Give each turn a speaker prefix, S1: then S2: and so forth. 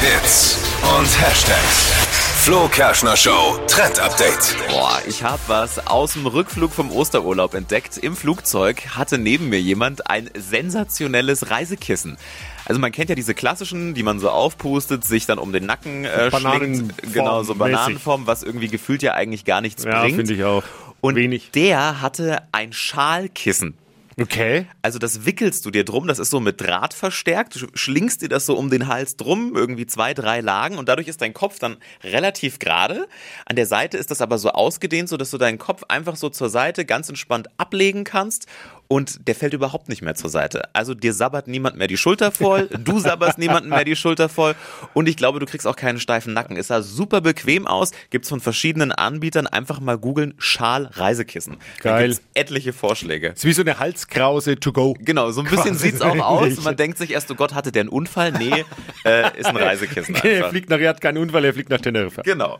S1: Hits und Hashtags. Flo Kerschner Show Trend Update.
S2: Boah, ich habe was aus dem Rückflug vom Osterurlaub entdeckt. Im Flugzeug hatte neben mir jemand ein sensationelles Reisekissen. Also man kennt ja diese klassischen, die man so aufpustet, sich dann um den Nacken äh,
S3: Bananenform
S2: schlingt. Genau, so
S3: mäßig.
S2: Bananenform, was irgendwie gefühlt ja eigentlich gar nichts
S3: Ja,
S2: bringt.
S3: finde ich auch.
S2: Und
S3: Wenig.
S2: der hatte ein Schalkissen.
S3: Okay.
S2: Also das wickelst du dir drum, das ist so mit Draht verstärkt, du sch- schlingst dir das so um den Hals drum, irgendwie zwei, drei Lagen und dadurch ist dein Kopf dann relativ gerade. An der Seite ist das aber so ausgedehnt, sodass du deinen Kopf einfach so zur Seite ganz entspannt ablegen kannst und der fällt überhaupt nicht mehr zur Seite. Also dir sabbert niemand mehr die Schulter voll, du sabberst niemandem mehr die Schulter voll und ich glaube, du kriegst auch keinen steifen Nacken. Es sah super bequem aus, gibt's von verschiedenen Anbietern, einfach mal googeln, Schal Reisekissen. Da
S3: Geil.
S2: gibt's etliche Vorschläge.
S3: Ist wie so eine Halskrause to go.
S2: Genau, so ein bisschen
S3: Quasi
S2: sieht's auch aus.
S3: ähnlich.
S2: Man denkt sich erst, oh Gott, hatte der einen Unfall? Nee, äh, ist ein Reisekissen
S3: er
S2: einfach.
S3: fliegt nach, er hat keinen Unfall, er fliegt nach Teneriffa.
S2: Genau.